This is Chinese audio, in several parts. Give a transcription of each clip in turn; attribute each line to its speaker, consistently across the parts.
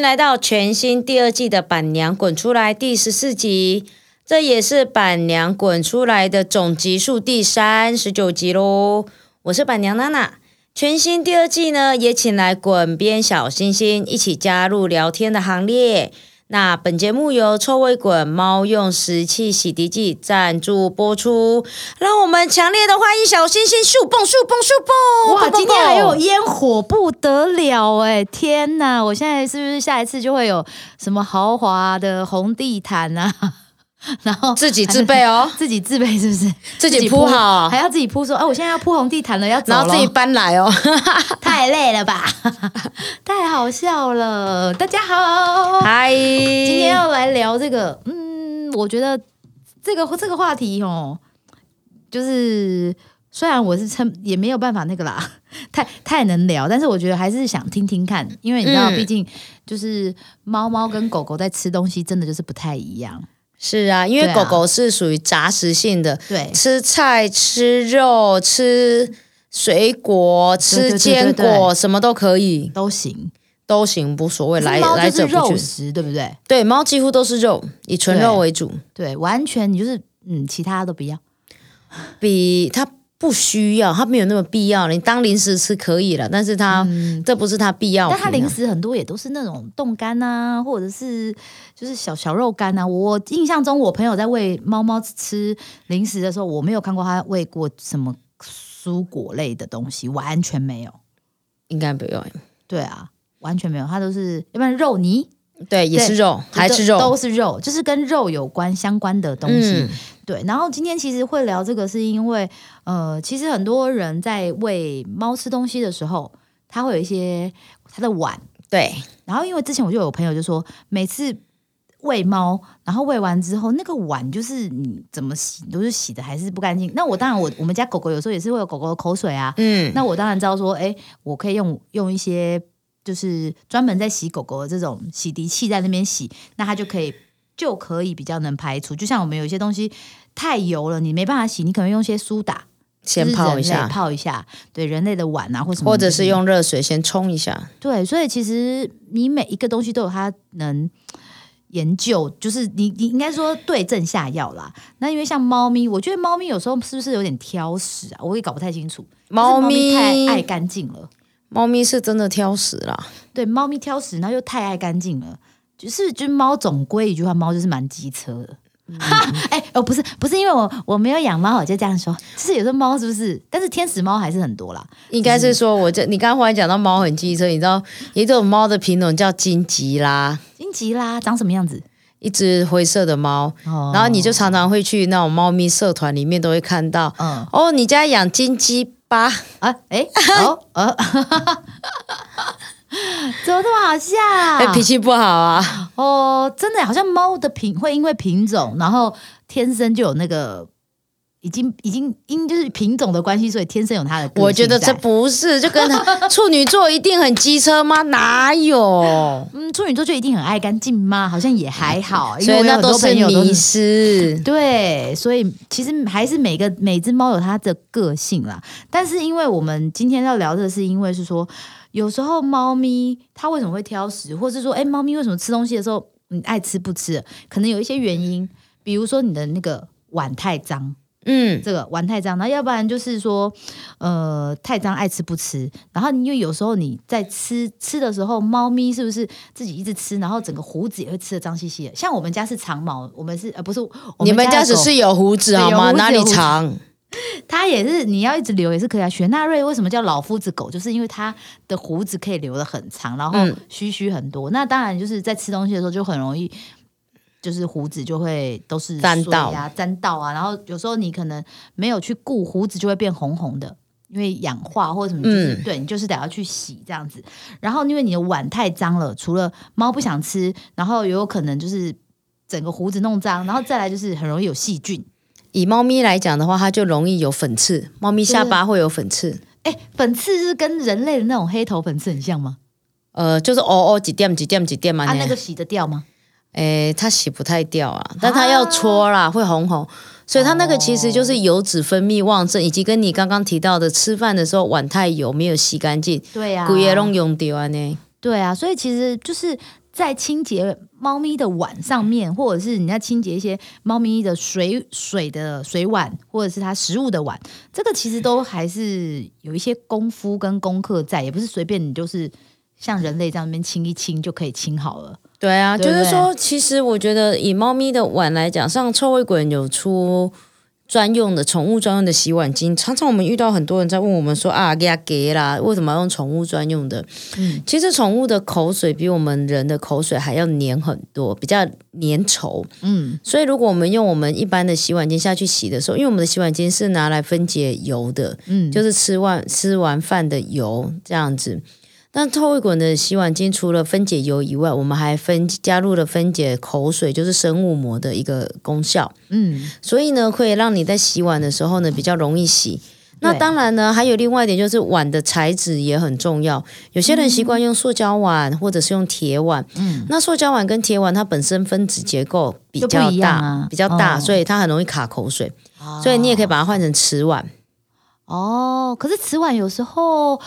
Speaker 1: 来到全新第二季的《板娘滚出来》第十四集，这也是《板娘滚出来》的总集数第三十九集喽。我是板娘娜娜。全新第二季呢，也请来滚边小星星一起加入聊天的行列。那本节目由臭味滚猫用石器洗涤剂赞助播出，让我们强烈的欢迎小星星咻蹦咻蹦咻蹦！
Speaker 2: 哇，
Speaker 1: 蹦蹦
Speaker 2: 今天还有
Speaker 1: 蹦
Speaker 2: 烟火，不得了哎、天哪，我现在是不是下一次就会有什么豪华的红地毯啊？ 然后
Speaker 1: 自己自备哦
Speaker 2: 自己 自备是不是？
Speaker 1: 自己铺好
Speaker 2: 还要自己铺说，哎、我现在要铺红地毯了，要走
Speaker 1: 然后自 己
Speaker 2: 咯
Speaker 1: 搬来哦。
Speaker 2: 太累了吧？ 太好笑了！大家好，
Speaker 1: 嗨，
Speaker 2: 今
Speaker 1: 今
Speaker 2: 天要来聊这个，嗯，我觉得这个这个话题哦，就是虽然我是撑也没有办法那个啦， 太太能聊，但是我觉得还是想听听看，因为你知道，
Speaker 1: 嗯
Speaker 2: 毕竟就是猫猫跟狗狗在吃东西，真的就是不太一样。
Speaker 1: 是啊，因为
Speaker 2: 对啊
Speaker 1: 狗狗是属于杂食性的，
Speaker 2: 对
Speaker 1: 吃菜、吃肉、吃水果、
Speaker 2: 对
Speaker 1: 吃
Speaker 2: 对
Speaker 1: 坚
Speaker 2: 对对
Speaker 1: 果，什么都可以，
Speaker 2: 都行，
Speaker 1: 都行，无所谓，
Speaker 2: 可
Speaker 1: 来
Speaker 2: 是猫
Speaker 1: 来
Speaker 2: 就是
Speaker 1: 者不
Speaker 2: 肉
Speaker 1: 拒。
Speaker 2: 食，对不对？
Speaker 1: 对，猫几乎都是肉，以纯
Speaker 2: 对
Speaker 1: 肉为主，
Speaker 2: 对，完全你就是嗯，其他都不要。
Speaker 1: 比它不需要，它没有那么必要。你当零食吃可以了，但是它、这不是它必要
Speaker 2: 嗯
Speaker 1: 品
Speaker 2: 但
Speaker 1: 啊。
Speaker 2: 它零食很多也都是那种冻干啊，或者是就是小小肉干啊。我印象中，我朋友在喂猫猫吃零食的时候，我没有看过它喂过什么蔬果类的东西，完全没有。
Speaker 1: 应该不用，
Speaker 2: 对啊，完全没有，它都是要不然肉泥，
Speaker 1: 对，也
Speaker 2: 对
Speaker 1: 是肉，还
Speaker 2: 都
Speaker 1: 是肉，
Speaker 2: 都是肉，就是跟肉有关相关的东西。
Speaker 1: 嗯
Speaker 2: 对，然后今天其实会聊这个，是因为呃，其实很多人在喂猫吃东西的时候，它会有一些它的碗。
Speaker 1: 对，
Speaker 2: 然后因为之前我就有朋友就说，每次喂猫，然后喂完之后，那个碗就是你怎么洗都是洗的还是不干净。那我当然我 我们家狗狗有时候也是会有狗狗的口水啊，
Speaker 1: 嗯，
Speaker 2: 那我当然知道说，哎，我可以用用一些就是专门在洗狗狗的这种洗涤器在那边洗，那它就可以就可以比较能排除。就像我们有一些东西太油了，你没办法洗，你可能用一些苏打。
Speaker 1: 先
Speaker 2: 就是
Speaker 1: 泡一
Speaker 2: 人类
Speaker 1: 下，
Speaker 2: 泡一下，对人类的碗啊，或什么，
Speaker 1: 或者是用热水先冲一下。
Speaker 2: 对，所以其实你每一个东西都有它能研究，就是你你应该说对症下药啦。那因为像猫咪，我觉得猫咪有时候是不是有点挑食啊？我也搞不太清楚。就是
Speaker 1: 猫
Speaker 2: 咪
Speaker 1: 咪
Speaker 2: 太爱干净了，
Speaker 1: 猫咪是真的挑食啦，
Speaker 2: 对，猫咪挑食，然后又太爱干净了。就是，就是猫总归一句话，猫就是蛮机车的。哎、哦，不是，不是，因为我我没有养猫，我就这样说。就是有时候猫是不是？但是天使猫还是很多啦。
Speaker 1: 应该是说我这你刚刚忽然讲到猫很机车，你知道有一种猫的品种叫金吉拉，
Speaker 2: 金吉拉长什么样子？
Speaker 1: 一只灰色的猫，
Speaker 2: 哦
Speaker 1: 然后你就常常会去那种猫咪社团里面都会看到，
Speaker 2: 嗯
Speaker 1: 哦，你家养金鸡吧？
Speaker 2: 啊，哎、哦， 呃、怎么这么好笑？
Speaker 1: 哎、脾气不好啊，
Speaker 2: 哦，真的好像猫的品会因为品种，然后天生就有那个。已经已经因就是品种的关系，所以天生有它的个性在。
Speaker 1: 我觉得这不是，就 跟他处女座一定很机车吗？哪有？
Speaker 2: 嗯，处女座就一定很爱干净吗？好像也还好，因
Speaker 1: 所
Speaker 2: 为
Speaker 1: 以
Speaker 2: 我有
Speaker 1: 那
Speaker 2: 很多
Speaker 1: 是
Speaker 2: 朋友都
Speaker 1: 迷
Speaker 2: 是
Speaker 1: 失。
Speaker 2: 对，所以其实还是每个每只猫有它的个性啦。但是因为我们今天要聊的是，因为是说有时候猫咪它为什么会挑食，或是说哎，猫咪为什么吃东西的时候你爱吃不吃，可能有一些原因，比如说你的那个碗太脏，
Speaker 1: 嗯，
Speaker 2: 这个玩太脏，然后要不然就是说，呃，太脏爱吃不吃，然后因为有时候你在吃吃的时候，猫咪是不是自己一直吃，然后整个胡子也会吃的脏兮兮的。像我们家是长毛，我们是呃不是我
Speaker 1: 你们家
Speaker 2: 家的
Speaker 1: 只
Speaker 2: 狗
Speaker 1: 是有胡子
Speaker 2: 对
Speaker 1: 好
Speaker 2: 有
Speaker 1: 吗？
Speaker 2: 胡子
Speaker 1: 哪
Speaker 2: 有
Speaker 1: 里
Speaker 2: 胡子
Speaker 1: 长？
Speaker 2: 它也是你要一直留也是可以啊。雪纳瑞为什么叫老夫子狗，就是因为它的胡子可以留的很长，然后
Speaker 1: 嗯
Speaker 2: 须须很多。那当然就是在吃东西的时候就很容易。就是胡子就会都是
Speaker 1: 沾
Speaker 2: 水
Speaker 1: 到
Speaker 2: 啊，沾到啊，然后有时候你可能没有去顾胡子就会变红红的，因为氧化或者什么，就是、
Speaker 1: 嗯
Speaker 2: 对你就是得要去洗这样子。然后因为你的碗太脏了，除了猫不想吃，然后也有可能就是整个胡子弄脏，然后再来就是很容易有细菌，
Speaker 1: 以猫咪来讲的话，它就容易有粉刺，猫咪下巴会有粉刺，
Speaker 2: 哎，粉刺是跟人类的那种黑头粉刺很像吗？
Speaker 1: 呃，就是哦哦几点几点几点嘛，
Speaker 2: 啊，
Speaker 1: 那
Speaker 2: 那
Speaker 1: 样
Speaker 2: 个洗得掉吗？
Speaker 1: 诶，它洗不太掉啊，但它要搓啦，会红红，所以它那个其实就是油脂分泌旺盛，以及跟你刚刚提到的吃饭的时候碗太油没有洗干净，
Speaker 2: 对啊，
Speaker 1: 骨也弄用掉啊呢。
Speaker 2: 对啊，所以其实就是在清洁猫咪的碗上面，或者是你在清洁一些猫咪的水水的水碗，或者是它食物的碗，这个其实都还是有一些功夫跟功课在，也不是随便你就是像人类这样那边清一清就可以清好了。
Speaker 1: 对啊，
Speaker 2: 对不
Speaker 1: 就是说，其实我觉得以猫咪的碗来讲，像臭味滚有出专用的宠物专用的洗碗巾，常常我们遇到很多人在问我们说啊，给啊给啦，为什么要用宠物专用的？
Speaker 2: 嗯
Speaker 1: 其实宠物的口水比我们人的口水还要黏很多，比较粘稠。
Speaker 2: 嗯
Speaker 1: 所以如果我们用我们一般的洗碗巾下去洗的时候，因为我们的洗碗巾是拿来分解油的，
Speaker 2: 嗯，
Speaker 1: 就是吃完吃完饭的油这样子。但臭味滚的洗碗巾除了分解油以外，我们还分加入了分解口水，就是生物膜的一个功效，
Speaker 2: 嗯
Speaker 1: 所以呢，可以让你在洗碗的时候呢比较容易洗。那
Speaker 2: 对
Speaker 1: 当然呢，还有另外一点就是碗的材质也很重要。有些人习惯用塑胶碗或者是用铁碗，
Speaker 2: 嗯，
Speaker 1: 那塑胶碗跟铁碗它本身分子结构比
Speaker 2: 就不
Speaker 1: 较
Speaker 2: 一
Speaker 1: 大，
Speaker 2: 样啊
Speaker 1: 比较大，
Speaker 2: 哦
Speaker 1: 所以它很容易卡口水。所以你也可以把它换成瓷碗。
Speaker 2: 哦，可是瓷碗有时候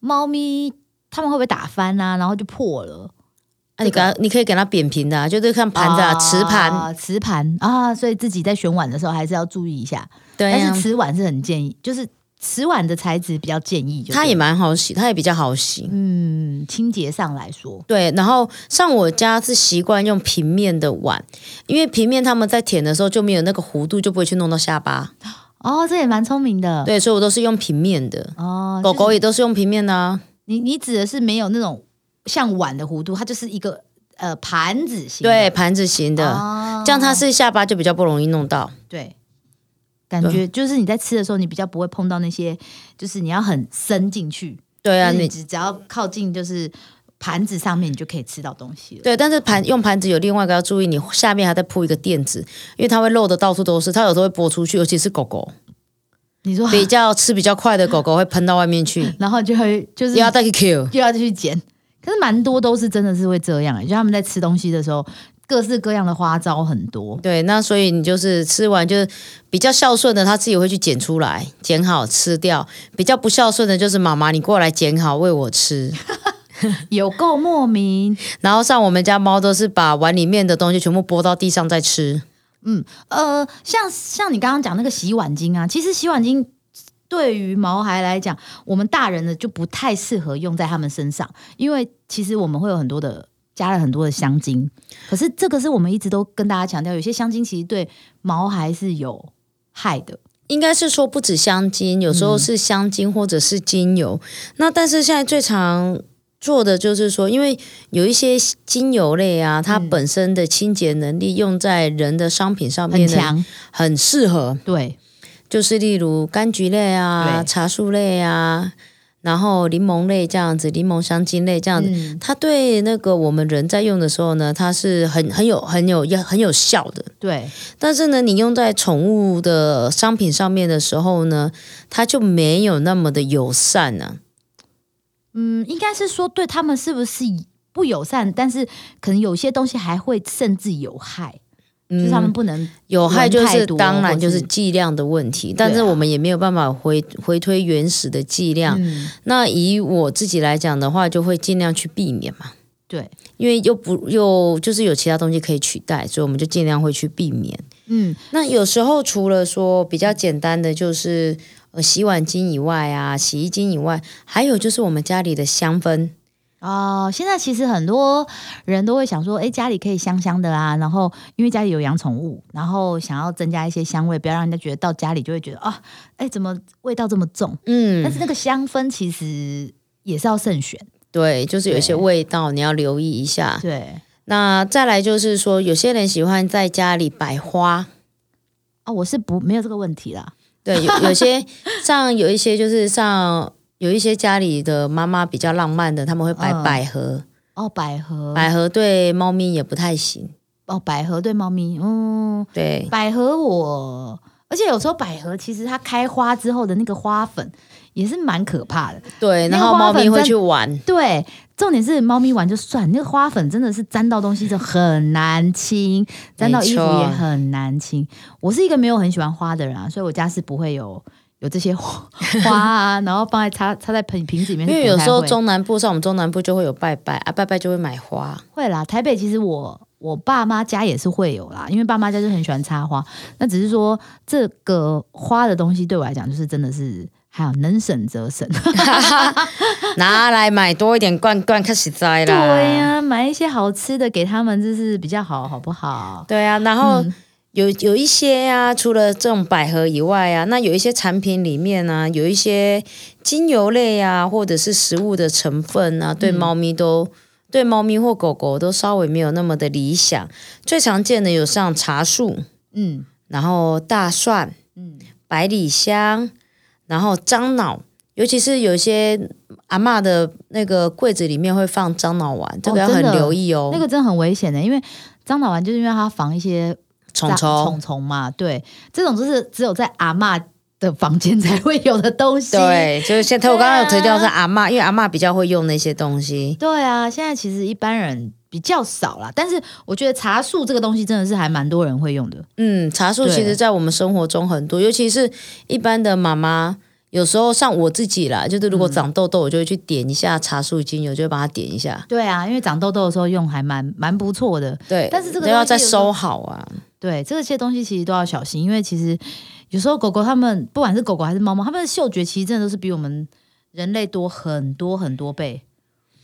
Speaker 2: 猫咪它们会不会打翻啊，然后就破了？
Speaker 1: 那、啊你给它，你可以给它扁平的、啊，就是看盘子啊，瓷盘，
Speaker 2: 啊瓷盘啊，所以自己在选碗的时候还是要注意一下。
Speaker 1: 对啊
Speaker 2: 但
Speaker 1: 呀、
Speaker 2: 是瓷碗是很建议，就是瓷碗的材质比较建议就对了，
Speaker 1: 它也蛮好洗，它也比较好洗。
Speaker 2: 嗯清洁上来说，
Speaker 1: 对，然后像我家是习惯用平面的碗，因为平面他们在舔的时候就没有那个弧度，就不会去弄到下巴。
Speaker 2: 哦，这也蛮聪明的。
Speaker 1: 对，所以我都是用平面的，
Speaker 2: 哦，
Speaker 1: 狗狗
Speaker 2: 就是
Speaker 1: 也都是用平面的啊。
Speaker 2: 你你指的是没有那种像碗的弧度，它就是一个呃盘子型的，
Speaker 1: 对，盘子型的，
Speaker 2: 哦
Speaker 1: 这样它是下巴就比较不容易弄到。
Speaker 2: 对，感觉就是你在吃的时候，你比较不会碰到那些，就是你要很伸进去，
Speaker 1: 对啊，
Speaker 2: 就是你
Speaker 1: 你
Speaker 2: 只只要靠近就是盘子上面，你就可以吃到东西了。
Speaker 1: 对，但是盘用盘子有另外一个要注意，你下面还在铺一个垫子，因为它会漏的到处都是，它有时候会拨出去，尤其是狗狗。
Speaker 2: 你 说，
Speaker 1: 比较吃比较快的狗狗会喷到外面
Speaker 2: ，
Speaker 1: 去
Speaker 2: 然后就会就是
Speaker 1: 又要再去 Q。
Speaker 2: 又要去捡，可是蛮多都是真的是会这样、欸，就他们在吃东西的时候，各式各样的花招很多。
Speaker 1: 对，那所以你就是吃完就是比较孝顺的，它自己会去捡出来，捡好吃掉；比较不孝顺的，就是妈妈你过来捡好喂 我吃。
Speaker 2: 有够莫名。
Speaker 1: 然后像我们家猫都是把碗里面的东西全部拨到地上再吃。
Speaker 2: 呃，像像你刚刚讲那个洗碗巾啊，其实洗碗巾对于毛孩来讲，我们大人的就不太适合用在他们身上，因为其实我们会有很多的加了很多的香精，可是这个是我们一直都跟大家强调，有些香精其实对毛孩是有害的。
Speaker 1: 应该是说不止香精，有时候是香精或者是精油。那但是现在最常做的就是说，因为有一些精油类啊，它
Speaker 2: 嗯
Speaker 1: 本身的清洁能力用在人的商品上
Speaker 2: 很
Speaker 1: 面呢，
Speaker 2: 强，
Speaker 1: 很适合。
Speaker 2: 对，
Speaker 1: 就是例如柑橘类啊、
Speaker 2: 对
Speaker 1: 茶树类啊，然后柠檬类这样子，柠檬香精类这样子。
Speaker 2: 嗯，
Speaker 1: 它对那个我们人在用的时候呢，它是很很有很有也很有效的。
Speaker 2: 对，
Speaker 1: 但是呢，你用在宠物的商品上面的时候呢，它就没有那么的友善啊呢、
Speaker 2: 嗯，应该是说对他们是不是不友善，但是可能有些东西还会甚至有害，就是他们
Speaker 1: 嗯，
Speaker 2: 不能
Speaker 1: 有害就
Speaker 2: 闻太
Speaker 1: 是
Speaker 2: 多
Speaker 1: 当然就
Speaker 2: 啊或
Speaker 1: 是
Speaker 2: 是
Speaker 1: 剂量的问题，但
Speaker 2: 对
Speaker 1: 是
Speaker 2: 啊
Speaker 1: 我们也没有办法回回推原始的剂量。
Speaker 2: 嗯，
Speaker 1: 那以我自己来讲的话，就会尽量去避免嘛。
Speaker 2: 对，
Speaker 1: 因为又不又就是有其他东西可以取代，所以我们就尽量会去避免。
Speaker 2: 嗯，
Speaker 1: 那有时候除了说比较简单的就是呃洗碗巾以外啊，洗衣巾以外，还有就是我们家里的香氛，
Speaker 2: 哦，现在其实很多人都会想说，哎，家里可以香香的啊，然后因为家里有养宠物，然后想要增加一些香味，不要让人家觉得到家里就会觉得啊，哎，怎么味道这么重？但
Speaker 1: 嗯，
Speaker 2: 是那个香氛其实也是要慎选，
Speaker 1: 对，就是有一些
Speaker 2: 对
Speaker 1: 味道你要留意一下。
Speaker 2: 对。
Speaker 1: 那再来就是说，有些人喜欢在家里摆花，
Speaker 2: 哦，我是不没有这个问题啦。
Speaker 1: 对，有有些像有一些就是像有一些家里的妈妈比较浪漫的，他们会摆
Speaker 2: 嗯
Speaker 1: 百合，
Speaker 2: 哦，百合，
Speaker 1: 百合对猫咪也不太行，
Speaker 2: 哦，百合对猫咪，嗯，
Speaker 1: 对。
Speaker 2: 百合我，而且有时候百合其实它开花之后的那个花粉也是蛮可怕的。
Speaker 1: 对，
Speaker 2: 那
Speaker 1: 然
Speaker 2: 个
Speaker 1: 后
Speaker 2: 花
Speaker 1: 猫咪
Speaker 2: 粉
Speaker 1: 会
Speaker 2: 真
Speaker 1: 去玩。
Speaker 2: 对，重点是猫咪玩就算，那个花粉真的是沾到东西就很难清，沾到衣服
Speaker 1: 没错
Speaker 2: 也很难清。我是一个没有很喜欢花的人啊，所以我家是不会有有这些花 花啊，然后放在插插在盆瓶子里面是
Speaker 1: 因
Speaker 2: 不太
Speaker 1: 为
Speaker 2: 会。
Speaker 1: 有时候中南部，像我们中南部就会有拜拜啊，拜拜就会买花。
Speaker 2: 会啦，台北其实我我爸妈家也是会有啦，因为爸妈家就很喜欢插花。那只是说这个花的东西对我来讲，就是真的是还有能省则 省。啊
Speaker 1: 拿来买多一点罐罐，开始栽啦。
Speaker 2: 对、呀、买一些好吃的给他们，就是比较好，好不好？
Speaker 1: 对啊。然后
Speaker 2: 嗯
Speaker 1: 有有一些啊，除了这种百合以外啊，那有一些产品里面啊，有一些精油类啊，或者是食物的成分啊，
Speaker 2: 嗯
Speaker 1: 对猫咪都、对猫咪或狗狗都稍微没有那么的理想。最常见的有像茶树，
Speaker 2: 嗯
Speaker 1: 然后大蒜，
Speaker 2: 嗯，
Speaker 1: 百里香，然后樟脑，尤其是有一些阿嬷的那个柜子里面会放樟脑丸，这个要
Speaker 2: 真
Speaker 1: 很
Speaker 2: 的
Speaker 1: 留意哦。
Speaker 2: 那个真的很危险的、欸因为樟脑丸就是因为它防一些
Speaker 1: 虫虫
Speaker 2: 虫，虫嘛。对，这种就是只有在阿嬷的房间才会有的东西。。
Speaker 1: 对，就是现在我
Speaker 2: 对
Speaker 1: 刚
Speaker 2: 啊
Speaker 1: 刚有提到是阿嬷，因为阿嬷比较会用那些东西。
Speaker 2: 对啊，现在其实一般人比较少啦，但是我觉得茶树这个东西真的是还蛮多人会用的。
Speaker 1: 嗯，茶树
Speaker 2: 对
Speaker 1: 其实在我们生活中很多，尤其是一般的妈妈。有时候像我自己啦，就是如果
Speaker 2: 嗯
Speaker 1: 长痘痘，我就会去点一下茶树精油，就会把它点一下。
Speaker 2: 对啊，因为长痘痘的时候用还蛮蛮不错的。
Speaker 1: 对，
Speaker 2: 但是这个
Speaker 1: 都
Speaker 2: 东
Speaker 1: 要
Speaker 2: 西
Speaker 1: 再
Speaker 2: 有时候
Speaker 1: 收好啊。
Speaker 2: 对，这些东西其实都要小心，因为其实有时候狗狗它们，不管是狗狗还是猫猫，它们的嗅觉其实真的都是比我们人类多很多很多倍。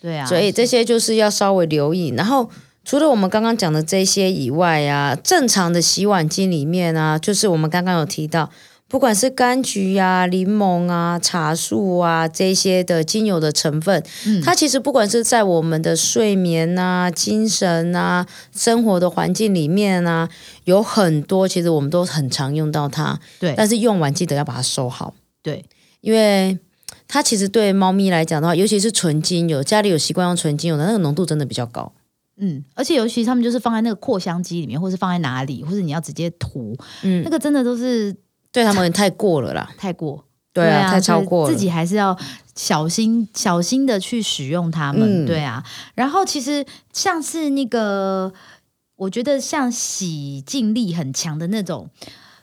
Speaker 2: 对啊，
Speaker 1: 所以这些就是要稍微留意。然后除了我们刚刚讲的这些以外啊，正常的洗碗巾里面啊，就是我们刚刚有提到，不管是柑橘啊、柠檬啊、茶树啊这些的精油的成分，
Speaker 2: 嗯
Speaker 1: 它其实不管是在我们的睡眠啊、精神啊、生活的环境里面啊，有很多其实我们都很常用到它，
Speaker 2: 对
Speaker 1: 但是用完记得要把它收好。
Speaker 2: 对
Speaker 1: 因为它其实对猫咪来讲的话，尤其是纯精油，家里有习惯用纯精油的那个浓度真的比较高。
Speaker 2: 嗯，而且尤其他们就是放在那个扩香机里面，或是放在哪里，或是你要直接涂，
Speaker 1: 嗯
Speaker 2: 那，个真的都是
Speaker 1: 对他们太过了啦。
Speaker 2: 太过。
Speaker 1: 对啊，太超
Speaker 2: 所以
Speaker 1: 过了。
Speaker 2: 自己还是要小心小心的去使用它们。
Speaker 1: 嗯
Speaker 2: 对啊，然后其实像是那个，我觉得像洗净力很强的那种。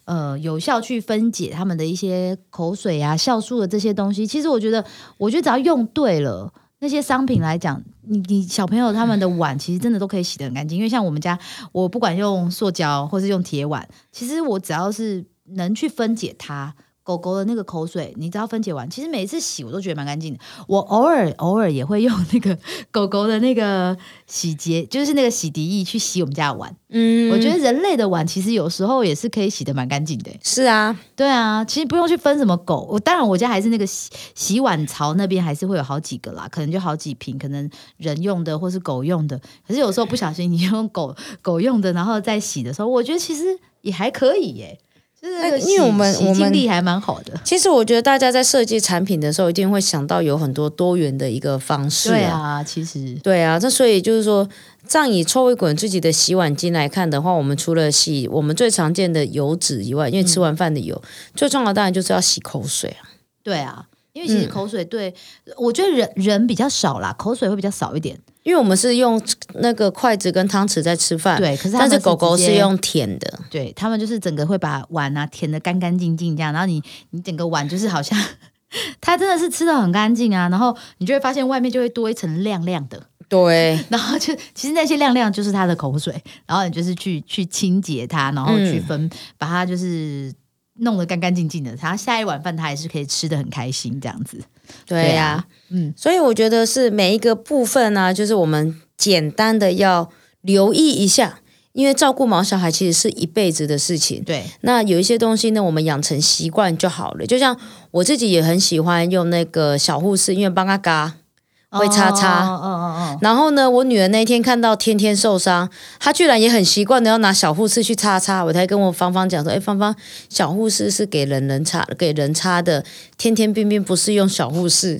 Speaker 2: 呃，有效去分解它们的一些口水啊、酵素的这些东西，其实我觉得，我觉得只要用对了，那些商品来讲，你你小朋友他们的碗其实真的都可以洗得很干净，因为像我们家，我不管用塑胶或是用铁碗，其实我只要是能去分解它，狗狗的那个口水，你知道分解完，其实每一次洗我都觉得蛮干净的。我偶尔偶尔也会用那个狗狗的那个洗洁，就是那个洗涤液去洗我们家的碗。
Speaker 1: 嗯
Speaker 2: 我觉得人类的碗其实有时候也是可以洗的蛮干净的、
Speaker 1: 是啊，
Speaker 2: 对啊，其实不用去分什么狗。我当然我家还是那个洗洗碗槽那边还是会有好几个啦，可能就好几瓶，可能人用的或是狗用的。可是有时候不小心你用狗狗用的，然后再洗的时候，我觉得其实也还可以耶、就是那个
Speaker 1: 那哎因为我们
Speaker 2: 洗洗
Speaker 1: 我
Speaker 2: 净
Speaker 1: 们
Speaker 2: 力还蛮好的。
Speaker 1: 其实我觉得大家在设计产品的时候，一定会想到有很多多元的一个方式、
Speaker 2: 对，啊，其实
Speaker 1: 对啊，这所以就是说，仗以臭味滚自己的洗碗巾来看的话，我们除了洗我们最常见的油脂以外，因为
Speaker 2: 嗯
Speaker 1: 吃完饭的油，最重要的当然就是要洗口水啊。
Speaker 2: 对啊，因为其实
Speaker 1: 嗯
Speaker 2: 口水对、我觉得人人比较少啦，口水会比较少一点。
Speaker 1: 因为我们是用那个筷子跟汤匙在吃饭，
Speaker 2: 对，可是他
Speaker 1: 啊但
Speaker 2: 们
Speaker 1: 是狗狗
Speaker 2: 直
Speaker 1: 是
Speaker 2: 接
Speaker 1: 用舔的，
Speaker 2: 对他们就是整个会把碗啊舔得干干净净这样，然后 你你整个碗就是好像 它真的是吃的很干净啊，然后你就会发现外面就会多一层亮亮的，
Speaker 1: 对，
Speaker 2: 然后就其实那些亮亮就是它的口水，然后你就是去去清洁它，然后
Speaker 1: 嗯
Speaker 2: 去分、把它就是。弄得干干净净的，它下一碗饭它还是可以吃的很开心这样子。
Speaker 1: 对
Speaker 2: 对
Speaker 1: 呀、
Speaker 2: 啊嗯，
Speaker 1: 所以我觉得是每一个部分呢、就是我们简单的要留意一下，因为照顾毛小孩其实是一辈子的事情。
Speaker 2: 对，
Speaker 1: 那有一些东西呢，我们养成习惯就好了。就像我自己也很喜欢用那个小护士，因为帮他嘎。会擦擦
Speaker 2: 哦哦哦哦，
Speaker 1: 然后呢，我女儿那天看到天天受伤，她居然也很习惯的要拿小护士去擦擦。我才跟我芳芳讲说：“哎，芳芳，小护士是给人人擦，给人擦的，天天冰冰不是用小护士，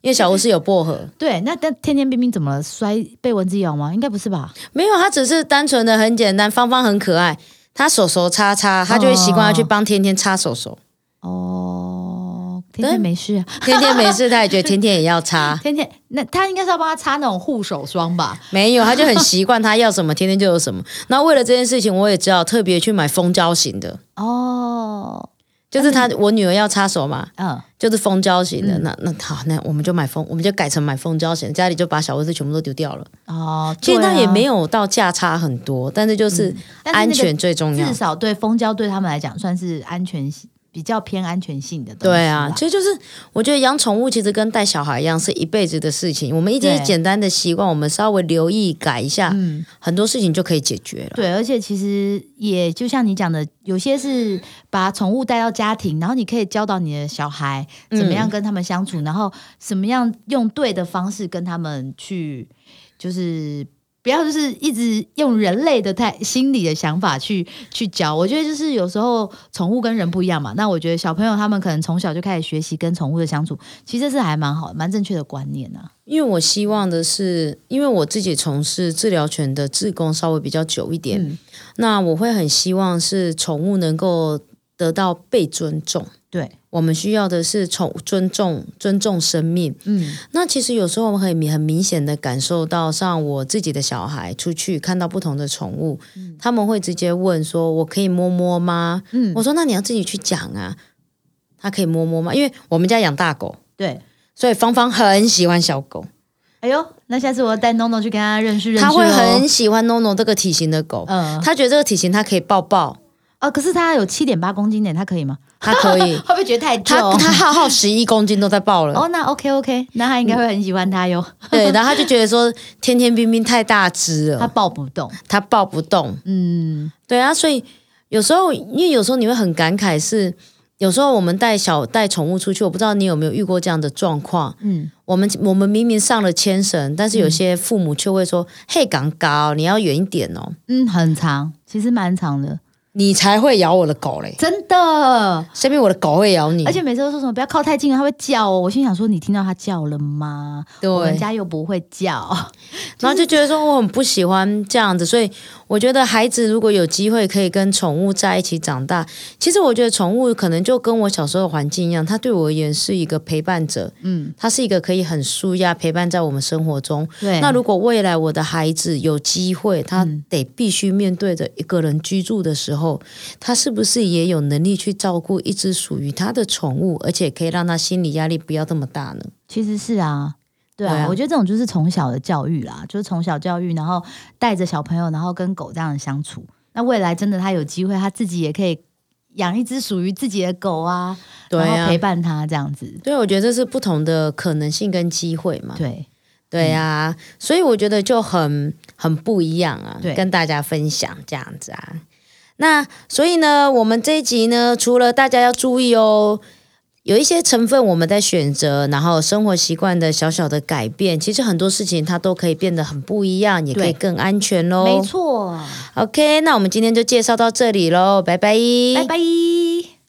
Speaker 1: 因为小护士有薄荷。”
Speaker 2: 对，那但天天冰冰怎么了？摔被蚊子咬吗？应该不是吧？
Speaker 1: 没有，他只是单纯的很简单。芳芳很可爱，她手手擦擦，她就会习惯要去帮天天擦手手。
Speaker 2: 哦，天天没事啊，
Speaker 1: 天天没事，她也觉得天天也要擦。
Speaker 2: 天天， 那他应该是要帮他擦那种护手霜吧？
Speaker 1: 没有，她就很习惯，她要什么天天就有什么。那为了这件事情，我也只好特别去买蜂胶型的。
Speaker 2: 哦，
Speaker 1: 就是他，我女儿要插手嘛，
Speaker 2: 嗯，
Speaker 1: 就是蜂胶型的。那那好，那我们就买蜂，我们就改成买蜂胶型，家里就把小蚊子全部都丢掉了。
Speaker 2: 哦，
Speaker 1: 其实
Speaker 2: 对
Speaker 1: 它
Speaker 2: 啊嗯
Speaker 1: 也没有到价差很多，但是就是
Speaker 2: 但是那
Speaker 1: 安
Speaker 2: 个
Speaker 1: 全最重要。
Speaker 2: 至少对蜂胶对他们来讲算是安全性比较偏安全性的东西啦。
Speaker 1: 对啊，其实就是我觉得养宠物其实跟带小孩一样，是一辈子的事情。我们一些
Speaker 2: 对
Speaker 1: 简单的习惯，我们稍微留意改一下，
Speaker 2: 嗯，
Speaker 1: 很多事情就可以解决了。
Speaker 2: 对，而且其实也就像你讲的，有些是把宠物带到家庭，然后你可以教导你的小孩怎么样跟他们相处，然后怎么样用对的方式跟他们去，就是不要就是一直用人类的态心理的想法去去教。我觉得就是有时候宠物跟人不一样嘛，那我觉得小朋友他们可能从小就开始学习跟宠物的相处，其实这是还蛮好、蛮正确的观念啊。
Speaker 1: 因为我希望的是，因为我自己从事治疗犬的志工稍微比较久一点，
Speaker 2: 嗯，
Speaker 1: 那我会很希望是宠物能够得到被尊重。
Speaker 2: 对，
Speaker 1: 我们需要的是宠尊重尊重生命。
Speaker 2: 嗯，
Speaker 1: 那其实有时候我们可以很明显的感受到，像我自己的小孩出去看到不同的宠物，他们会直接问说：“我可以摸摸吗？”
Speaker 2: 嗯
Speaker 1: 我说：“那你要自己去讲啊，他可以摸摸吗？”因为我们家养大狗，
Speaker 2: 对。
Speaker 1: 所以芳芳很喜欢小狗，
Speaker 2: 哎呦，那下次我要带诺诺去跟他认识认识
Speaker 1: 她
Speaker 2: 咯。
Speaker 1: 会很喜欢 NONO 这个体型的狗，
Speaker 2: 嗯，
Speaker 1: 她觉得这个体型它可以抱抱，
Speaker 2: 哦，可是他有七点八公斤呢，他可以吗？。
Speaker 1: 它可以
Speaker 2: 会不会觉得太
Speaker 1: 它它浩浩十一公斤都在抱了，
Speaker 2: 哦，那 OK OK，那他应该会很喜欢他哟，
Speaker 1: 对，然后他就觉得说天天冰冰太大只
Speaker 2: 他
Speaker 1: 了，
Speaker 2: 抱不动。
Speaker 1: 他抱不动。
Speaker 2: 嗯，
Speaker 1: 对啊，所以有时候，因为有时候你会很感慨是，有时候我们带小带宠物出去，我不知道你有没有遇过这样的状况。
Speaker 2: 嗯，
Speaker 1: 我们我们明明上了牵绳，但是有些父母却会说：“嘿，刚高，你要远一点哦，
Speaker 2: 嗯，很长，其实蛮长的，
Speaker 1: 你才会咬我的狗嘞，
Speaker 2: 真的。
Speaker 1: 下面我的狗会咬你。”
Speaker 2: 而且每次都说什么不要靠太近了，它会叫哦。我心想说，你听到它叫了吗？
Speaker 1: 对
Speaker 2: 我们家又不会叫。
Speaker 1: 然后就觉得说我很不喜欢这样子，所以我觉得孩子如果有机会可以跟宠物在一起长大，其实我觉得宠物可能就跟我小时候的环境一样，它对我而言是一个陪伴者，
Speaker 2: 嗯，
Speaker 1: 它是一个可以很舒压陪伴在我们生活中。
Speaker 2: 对。
Speaker 1: 那如果未来我的孩子有机会，他
Speaker 2: 嗯
Speaker 1: 得必须面对着一个人居住的时候，他是不是也有能力去照顾一只属于他的宠物，而且可以让他心理压力不要这么大呢？
Speaker 2: 其实是啊，对啊，
Speaker 1: 对啊
Speaker 2: 我觉得这种就是从小的教育啦，就是从小教育，然后带着小朋友，然后跟狗这样相处。那未来真的他有机会，他自己也可以养一只属于自己的狗啊，
Speaker 1: 对
Speaker 2: 然
Speaker 1: 啊
Speaker 2: 后陪伴他这样子。
Speaker 1: 对，我觉得这是不同的可能性跟机会嘛。
Speaker 2: 对，
Speaker 1: 对呀、所以我觉得就很很不一样啊
Speaker 2: 嗯对，
Speaker 1: 跟大家分享这样子啊。那所以呢，我们这一集呢，除了大家要注意哦，有一些成分我们在选择，然后生活习惯的小小的改变，其实很多事情它都可以变得很不一样，也可
Speaker 2: 对
Speaker 1: 以更安全哦
Speaker 2: 没
Speaker 1: 喽。
Speaker 2: 错，
Speaker 1: OK，那我们今天就介绍到这里喽，拜拜，
Speaker 2: 拜拜。